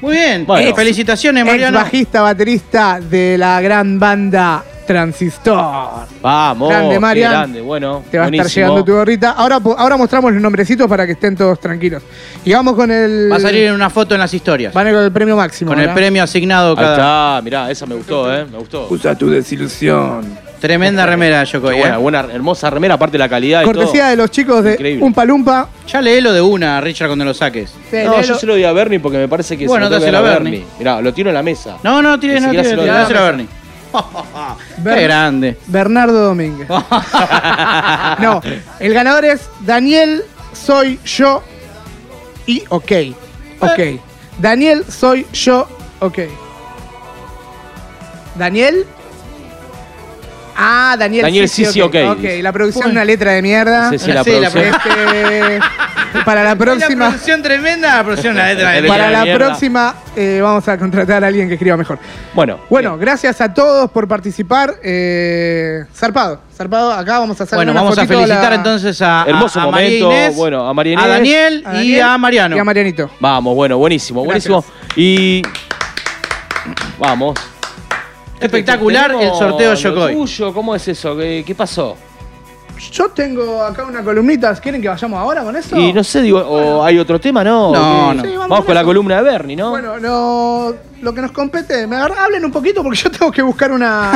Muy bien. Bueno. Eh, felicitaciones, Ex Mariano. bajista baterista de la gran banda Transistor. Vamos. Grande, qué Marian. Grande, bueno. Te va a estar buenísimo. llegando tu gorrita. Ahora, po- ahora mostramos los nombrecitos para que estén todos tranquilos. Y vamos con el. Va a salir en una foto en las historias. Van con el premio máximo. Con el ¿verdad? premio asignado Ahí cada. está, mirá, esa me gustó, eh. Me gustó. Usa tu desilusión. Tremenda remera, Yoko. Qué buena, eh. buena, hermosa remera, aparte la calidad y Cortesía de los chicos de Increíble. Un Palumpa. Ya léelo de una, Richard, cuando lo saques. todo. No, yo se lo di a Bernie porque me parece que Bueno, se lo tengo que dáselo dar a a Bernie. Bernie. Mirá, lo tiro en la mesa. No, no, tire, Ni no, siquiera tire, se lo tire, doy. dáselo a Bernie. Qué Bernie. grande. Bernardo <laughs> Domínguez. no, el ganador es Daniel Soy Yo y OK. OK. Daniel Soy Yo, OK. Daniel. Ah, Daniel Daniel Sisi, ok. Ok, la producción es una letra de mierda. Sí, sí, la Sí, la producción. Este, <laughs> para la Una próxima. producción tremenda, la producción la <laughs> letra de- Letra Para de la mierda. próxima eh, vamos a contratar a alguien que escriba mejor. Bueno, Bueno, gracias a todos por participar. eh, zarpado, zarpado. Acá vamos a hacer Bueno, una vamos a fotito felicitar la- entonces a, a- Hermoso a María momento, Inés, bueno, a María Inés, a Daniel, a y Daniel a Mariano. Y a Marianito. Vamos, bueno, buenísimo, Gracias. buenísimo. Y. Vamos. Espectacular el Tenemos sorteo lo Yokoi. tuyo, ¿Cómo es eso? ¿Qué, qué pasó? Yo tengo acá una columnita. ¿Quieren que vayamos ahora con eso? Y no sé, digo, ¿o hay otro tema, no? No, ¿Qué? no. Sí, vamos Vamos con con la eso. columna de Bernie, ¿no? Bueno, no, lo que nos compete, me agarra- hablen un poquito porque yo tengo que buscar <laughs> una.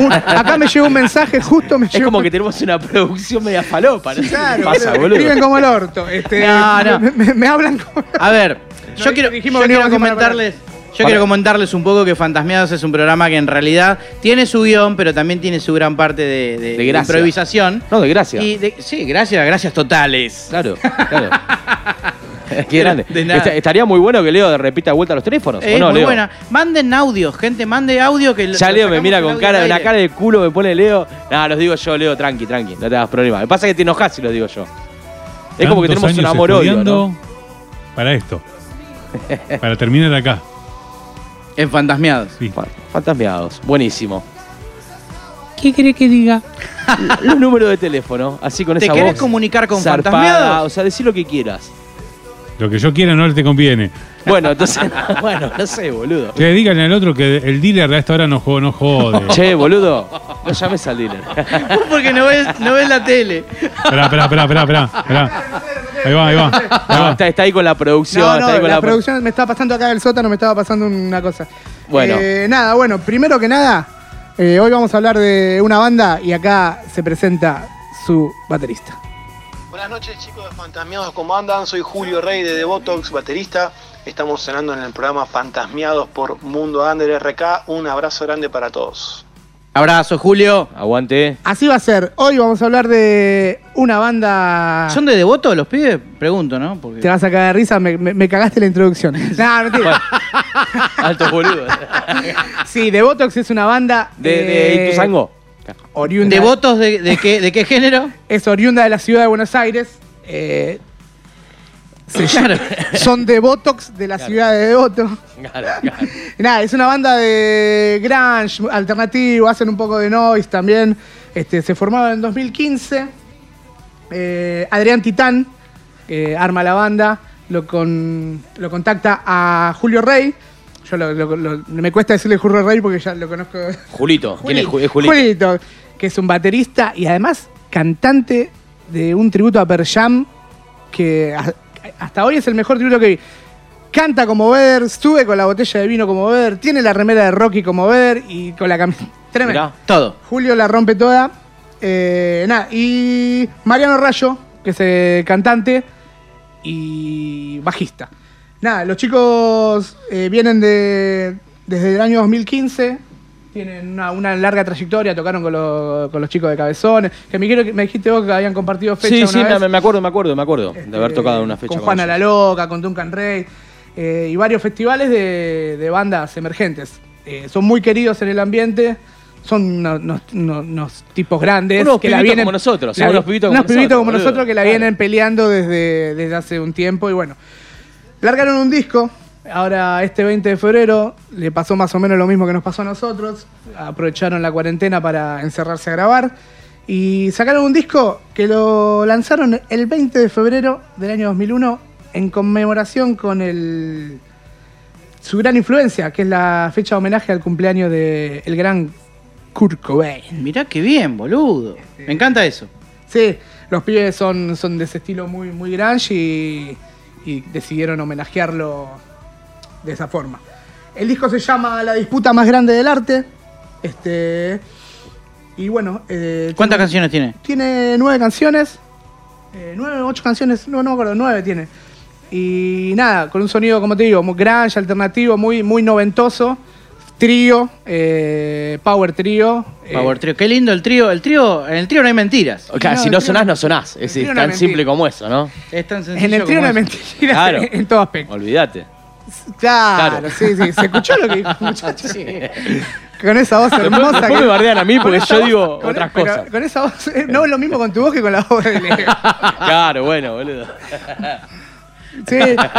un- acá me llegó un mensaje, justo me es llegó. como que tenemos una producción media falopa, ¿no? Claro, ¿Qué pasa, me boludo? escriben como el orto. Este, No, no. Me, me- me hablan como. A ver, yo No, quiero, dijimos yo que no quiero íbamos a ir para comentarles. Yo quiero comentarles un poco que Fantasmiados es un programa que en realidad tiene su guión, pero también tiene su gran parte de, de- De gracia. improvisación. No, de gracia. Y de- sí, gracias, gracias totales. Claro, <laughs> claro. Qué De grande. nada. Esta- estaría muy bueno que Leo repita vuelta los teléfonos. ¿o Es no, muy Leo? buena. Manden audio, gente, mande audio que lo- Ya lo Leo me sacamos mira el con audio cara, al una aire. cara de culo me pone Leo. Nada, los digo yo, Leo, tranqui, tranqui, no te hagas problema. Me pasa que te enojas si los digo yo. Es como que Tantos tenemos un años amor-odio, estudiando ¿no? Para esto. Para terminar acá. <laughs> En Fantasmiados. Sí. Bueno, Fantasmeados, buenísimo. ¿Qué crees que diga? Los números de teléfono, así con ¿Te esa querés voz comunicar con zarpada, Fantasmiados? O sea, decí lo que quieras. Lo que yo quiera no te conviene. Bueno, <laughs> entonces, bueno, no sé, boludo. Che, díganle al otro que el dealer a esta hora no, jo- no jode. Che, boludo, no llames al <laughs> dealer. Porque no ves, no ves la tele. Esperá, esperá, esperá, esperá, esperá, esperá. Ahí va, ahí va. ahí No, va. está, está ahí con la producción, No, está no, ahí la, con la, pro- producción me estaba pasando acá del sótano, me estaba pasando una cosa. Bueno. Eh, nada, bueno, primero que nada, eh, hoy vamos a hablar de una banda y acá se presenta su baterista. <laughs> Buenas noches chicos de Fantasmiados, ¿cómo andan? Soy Julio Rey de The Botox, baterista. Estamos cenando en el programa Fantasmiados por Mundo Under RK. Un abrazo grande para todos. Abrazo, Julio. Aguante. Así va a ser. Hoy vamos a hablar de una banda. ¿Son de devoto los pibes? Pregunto, ¿no? Porque- Ah. Te vas a cagar de risa, me, me- me cagaste la introducción. no, mentira. Altos boludos. Sí, The Botox es una banda. De, de eh, Ituzaingó. Oriunda. ¿Devotos de, de qué, de qué género? es oriunda de la ciudad de Buenos Aires. eh, se Claro. <laughs> son de Botox de la ciudad de Devoto. Claro, claro. <laughs> Nada, es una banda de grunge, alternativo, hacen un poco de noise también. Este, se formaron en 2015. Eh, Adrián Titán eh, arma la banda, lo, con- lo contacta a Julio Rey. Yo lo- lo- lo- me cuesta decirle Julio Rey porque ya lo conozco. <laughs> Julito. ¿Quién es, Ju- es Julito? Julito, que es un baterista y además cantante de un tributo a Per Jam que a- hasta hoy es el mejor tributo que vi. Canta como Vedder, sube con la botella de vino como Vedder, tiene la remera de Rocky como Vedder y con la camiseta. <laughs> Tremendo. Mirá. Todo. Julio la rompe toda. Eh, nada, y Mariano Rayo, que es eh, cantante y bajista. Nada, los chicos eh, vienen de desde el año 2015. Tienen una, una larga trayectoria, tocaron con, los- con los chicos de Cabezones. Que me, quiero- me dijiste vos que habían compartido fecha. Sí, una sí, vez. me, me acuerdo, me acuerdo, me acuerdo de haber Este, tocado una fecha Con Juana ellos. la Loca, con Duncan Rey eh, y varios festivales de, de bandas emergentes. Eh, son muy queridos en el ambiente. Son unos, unos- unos- unos tipos grandes. Unos que la pibitos vienen, como nosotros, son unos pibitos como unos pibitos nosotros, como boludo. nosotros que la Claro. vienen peleando desde, desde hace un tiempo. Y bueno, largaron un disco. Ahora, este 20 de febrero, le pasó más o menos lo mismo que nos pasó a nosotros. Aprovecharon la cuarentena para encerrarse a grabar. Y sacaron un disco que lo lanzaron el 20 de febrero del año 2001 en conmemoración con el, su gran influencia, que es la fecha de homenaje al cumpleaños del el gran Kurt Cobain. Mirá qué bien, boludo. Este, Me encanta eso. Sí, los pibes son, son de ese estilo muy, muy grunge y, y decidieron homenajearlo de esa forma. El disco se llama La disputa más grande del arte. Este, y bueno, eh, ¿Cuántas tiene- canciones tiene? tiene nueve canciones. eh, nueve, ocho canciones, no, no me acuerdo, nueve tiene. Y nada, con un sonido, como te digo, muy grunge, alternativo, muy, muy noventoso. Trío, eh, power trío. eh, Power Trio. Qué lindo el trío. El trío, en el trío no hay mentiras. Claro, No, si no el trío sonás, no- no sonás. Es el trío decir, no tan es simple mentira. como eso, ¿no? Es tan sencillo. en el trío como no hay eso. mentiras Claro. <laughs> en, en todo aspecto. Olvídate. Claro, Claro. sí, sí. ¿Se escuchó lo que dijo el muchacho? Con esa voz Después, hermosa. después que- me bardean a mí Con porque esa yo voz- digo con- otras pero cosas. Con esa voz, eh, no es lo mismo con tu voz que con la voz <laughs> de Leo. Claro, bueno, boludo. Sí,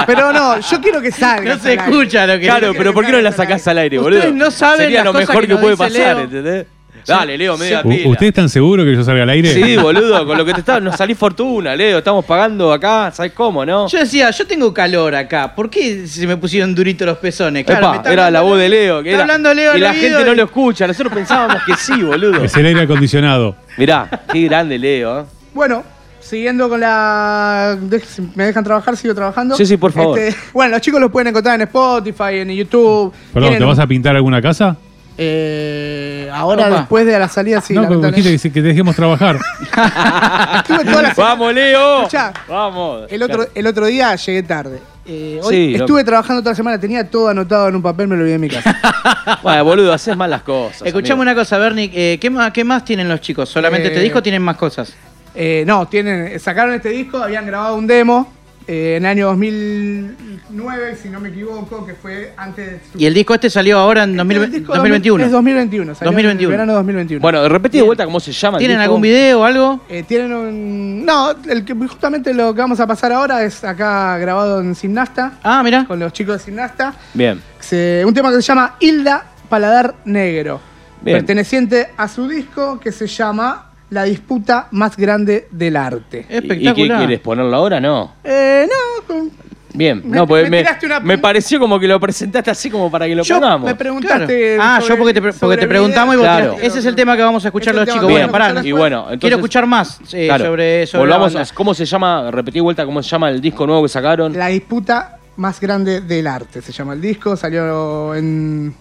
pero no, yo quiero que salga. No se al aire. escucha lo que Claro, que pero ¿por qué no la salga sacás al aire, Ustedes boludo? no saben Sería las lo cosas mejor que que, nos puede dice pasar, Leo. ¿entendés? Dale, Leo, media U- pila. ¿Ustedes están seguros que yo salga al aire? Sí, boludo, con lo que te está, nos salís fortuna, Leo. Estamos pagando acá, ¿sabes cómo, no? Yo decía, yo tengo calor acá. ¿Por qué se me pusieron duritos los pezones? Claro, me Epa, está era la hablando- voz de Leo. Que era- está hablando Leo y al la oído gente no y- lo escucha. Nosotros pensábamos que sí, boludo. <laughs> Es el aire acondicionado. Mirá, qué grande Leo. ¿eh? Bueno, siguiendo con la. de- si me dejan trabajar, sigo trabajando. Este, Sí, sí, por favor. bueno, los chicos los pueden encontrar en Spotify, en YouTube. Perdón, Tienen ¿te un- vas a pintar alguna casa? eh, ahora, Opa. después de la salida, sí. no, pero lamentablemente- dijiste que, se- que te <laughs> dejemos trabajar. Estuve toda la semana- Vamos, Leo. Escuchá. Vamos. El otro, el otro día llegué tarde. eh, hoy Sí, estuve trabajando toda la semana, tenía todo anotado en un papel, me lo olvidé en mi <laughs> casa. Bueno, boludo, haces mal las cosas. Escuchame amigo. una cosa, Bernie, eh, ¿qué, más, ¿qué más tienen los chicos? ¿Solamente Eh, te dijo tienen más cosas? Eh, no, tienen, sacaron este disco, habían grabado un demo eh, en el año 2009, si no me equivoco, que fue antes de su- Y el disco este salió ahora en 2020 El disco 2021. Es 2021, salió 2021. en el verano de 2021. Bueno, repetí de vuelta cómo se llama. el ¿Tienen disco. algún video o algo? Eh, tienen un. No, el que justamente lo que vamos a pasar ahora es acá grabado en Simnasta, Ah, mira. con los chicos de Simnasta. Bien. Se- un tema que se llama Hilda Paladar Negro, Bien. perteneciente a su disco que se llama La disputa más grande del arte. ¿Y, y qué Espectacular. quieres ponerlo ahora? No. Eh, no, con- Bien. Me- no, porque me me, tiraste una- me pareció como que lo presentaste así como para que lo yo pongamos. me preguntaste. Claro. Ah, sobre- yo porque te, pre- porque sobre te preguntamos y vos Claro. tiraste. Ese es el tema que vamos a escuchar Ese los es el chicos. tema que Bien, Bueno, vamos a pará. escuchar y después. bueno, entonces, Quiero escuchar más eh, claro. sobre eso. Volvamos a cómo se llama, repetí de vuelta cómo se llama el disco nuevo que sacaron. La disputa más grande del arte se llama el disco, salió en.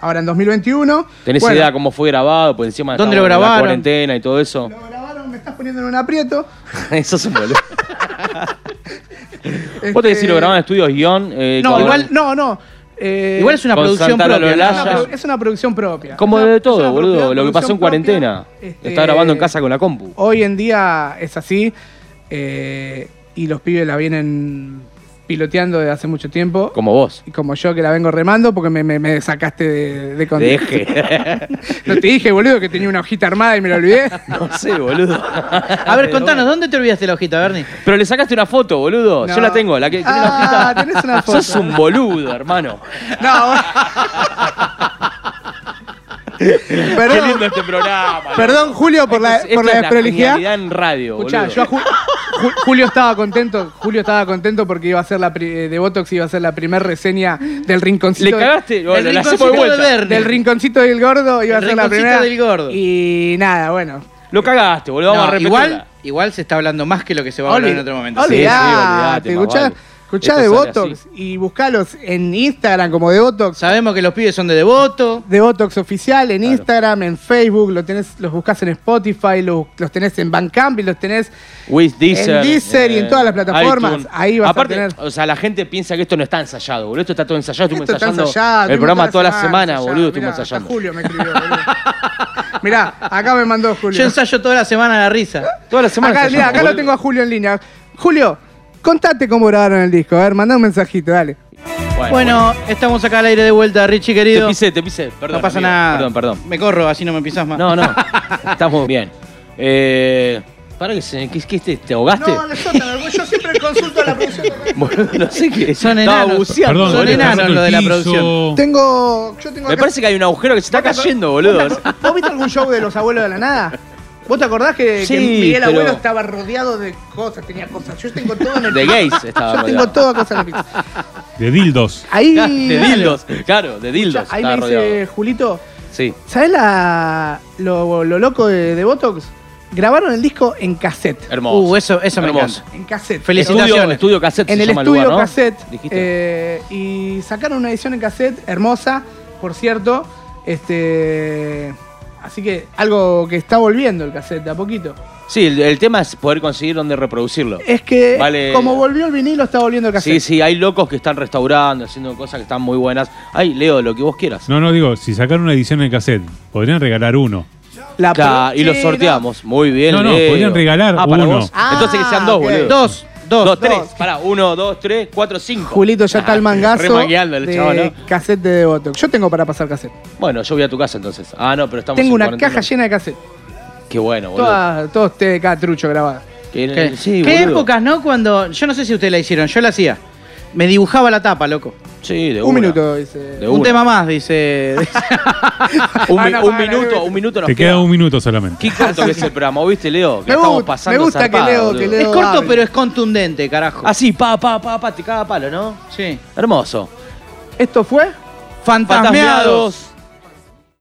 Ahora en 2021. ¿Tenés Bueno, idea cómo fue grabado? Por encima estamos ¿Dónde lo en La grabaron? cuarentena y todo eso. Lo grabaron, me estás poniendo en un aprieto. <laughs> eso es un <laughs> boludo. Vos te Este, decís, lo grabaron en estudios guión. eh, No, con- igual, no, no. eh, Igual es una Con producción Santana propia. es Lolaya. una playa. pro- es una producción propia. Como Es una- de es todo, una boludo. propia- Lo que pasó en producción propia. cuarentena. Este, Está grabando en casa con la compu. Hoy en día es así. eh, y los pibes la vienen piloteando desde hace mucho tiempo. Como vos. Y como yo que la vengo remando porque me, me- me sacaste de, de contexto. Deje. <laughs> No te dije, boludo, que tenía una hojita armada y me la olvidé. no sé, boludo. A ver, contanos, ¿dónde te olvidaste la hojita, Bernie? Pero le sacaste una foto, boludo. No. Yo la tengo, la que tiene la Ah, hojita. tenés una foto. Sos un boludo, hermano. No. Qué perdón, lindo este programa. perdón, Julio, por la, Esto por la es desprolijidad. genialidad en radio, Escuchá, boludo. yo a Ju- Ju- Julio estaba contento, Julio estaba contento porque iba a ser la pri- eh, de Botox iba a ser la primera reseña del Le rinconcito. cagaste, bueno, El la hacemos de rinconcito de vuelta. Bernie. Del rinconcito del gordo iba El a ser la rinconcito primera. del gordo. Y nada, bueno. Lo cagaste, boludo. Vamos No, a repetirla. igual, igual se está hablando más que lo que se va a hablar en otro momento. Oli. Sí, Olvidate, sí, olvidate, más escuchá, vale. escuchá Esto de sale Botox y buscalos en Instagram como de Botox. Sabemos que los pibes son de devoto. De Botox oficial en Claro. Instagram, en Facebook, lo tenés, los buscás en Spotify, los, los tenés en Bandcamp y los tenés With Deezer. eh, En Deezer y en todas las plataformas. Ahí vas a Aparte, tener- o sea, la gente piensa que esto no está ensayado, boludo. Esto está todo ensayado. Estuvimos Esto está ensayando ensayado, el estuvimos programa toda la semana, ensayando, boludo. Estuvimos mirá, hasta ensayando. Julio me <laughs> escribió, boludo. Mirá, acá me mandó Julio. Yo ensayo toda la semana la risa. Toda la semana acá, mirá, ensayamos, acá lo boludo. tengo a Julio en línea. Julio, contate cómo grabaron el disco. A ver, mandá un mensajito, dale. Bueno, Bueno, estamos acá al aire de vuelta, Richie te querido. pisé, te pisé. Perdón, no pasa amigo. nada. Perdón, perdón. Me corro, así no me pisas más. No, <laughs> no. Estamos bien. Eh, ¿Para que se, qué, qué te, te ahogaste? el sótano, yo siempre consulto a la producción. Boludo, no sé qué. Son Estaba enanos. buceando. Perdón, son dale, enanos pasando lo el de la piso. producción. Tengo. Yo tengo Me acá- parece que hay un agujero que se está cayendo, boludo. ¿Vos viste algún show de los abuelos de la nada? ¿Vos te acordás que, que Sí, Miguel pero- Abuelo estaba rodeado de cosas, tenía cosas? Yo tengo todo <laughs> en el De piso. gays estaba Yo tengo rodeado. toda cosa en <laughs> el piso. De dildos. Ahí. De dildos. Claro, de dildos. Ahí estaba me dice rodeado. Julito, Sí. ¿sabes la, lo, lo loco de, de Botox? Grabaron el disco en cassette. Hermoso. Uh, eso, eso me Hermoso. encanta. En cassette. Felicitaciones. Estudio, estudio cassette En se el llama estudio el lugar, ¿no? cassette. Dijiste. eh, y sacaron una edición en cassette hermosa, por cierto. Este. Así que algo que está volviendo el cassette de a poquito. Sí, el, el tema es poder conseguir dónde reproducirlo. Es que Vale. como volvió el vinilo, está volviendo el Sí, cassette. sí, hay locos que están restaurando, haciendo cosas que están muy buenas. Ay, Leo, lo que vos quieras. No, no, digo, si sacaron una edición en cassette, podrían regalar uno. La Ca- pro- y lo Sí, sorteamos. Muy bien, No, no, Leo. podrían regalar ah, para uno. Vos? Entonces que sean dos, Ah, ok. boludo. Dos, dos, dos. tres. Pará, uno, dos, tres, cuatro, cinco. no. Julito ya está el mangazo Remagueando Ah, el de chavo, ¿no? cassette de Botox. Yo tengo para pasar cassette. Bueno, yo voy a tu casa entonces. Ah, no, pero estamos tengo en una cuarentena. caja llena de cassette. Qué bueno, boludo. Todas, todos ustedes cada trucho grabada. Qué, ¿Qué, sí, qué boludo. épocas, no? Cuando. Yo no sé si ustedes la hicieron, yo la hacía. Me dibujaba la tapa, loco. Sí, de Un una. minuto, dice. De Un una. tema más, dice. Un, mi- <laughs> Ana, un Ana, minuto, Ana. un minuto nos Te queda un minuto solamente. Qué corto que es el programa, ¿viste, Leo? Que Me estamos gusta- pasando me gusta que zarpado, Leo- que boludo. Leo- es corto, hable. pero es contundente, carajo. Así, pa, pa, pa, pa, te caga palo, ¿no? Sí. Hermoso. ¿Esto fue? Fantasmeados. Fantasmeados.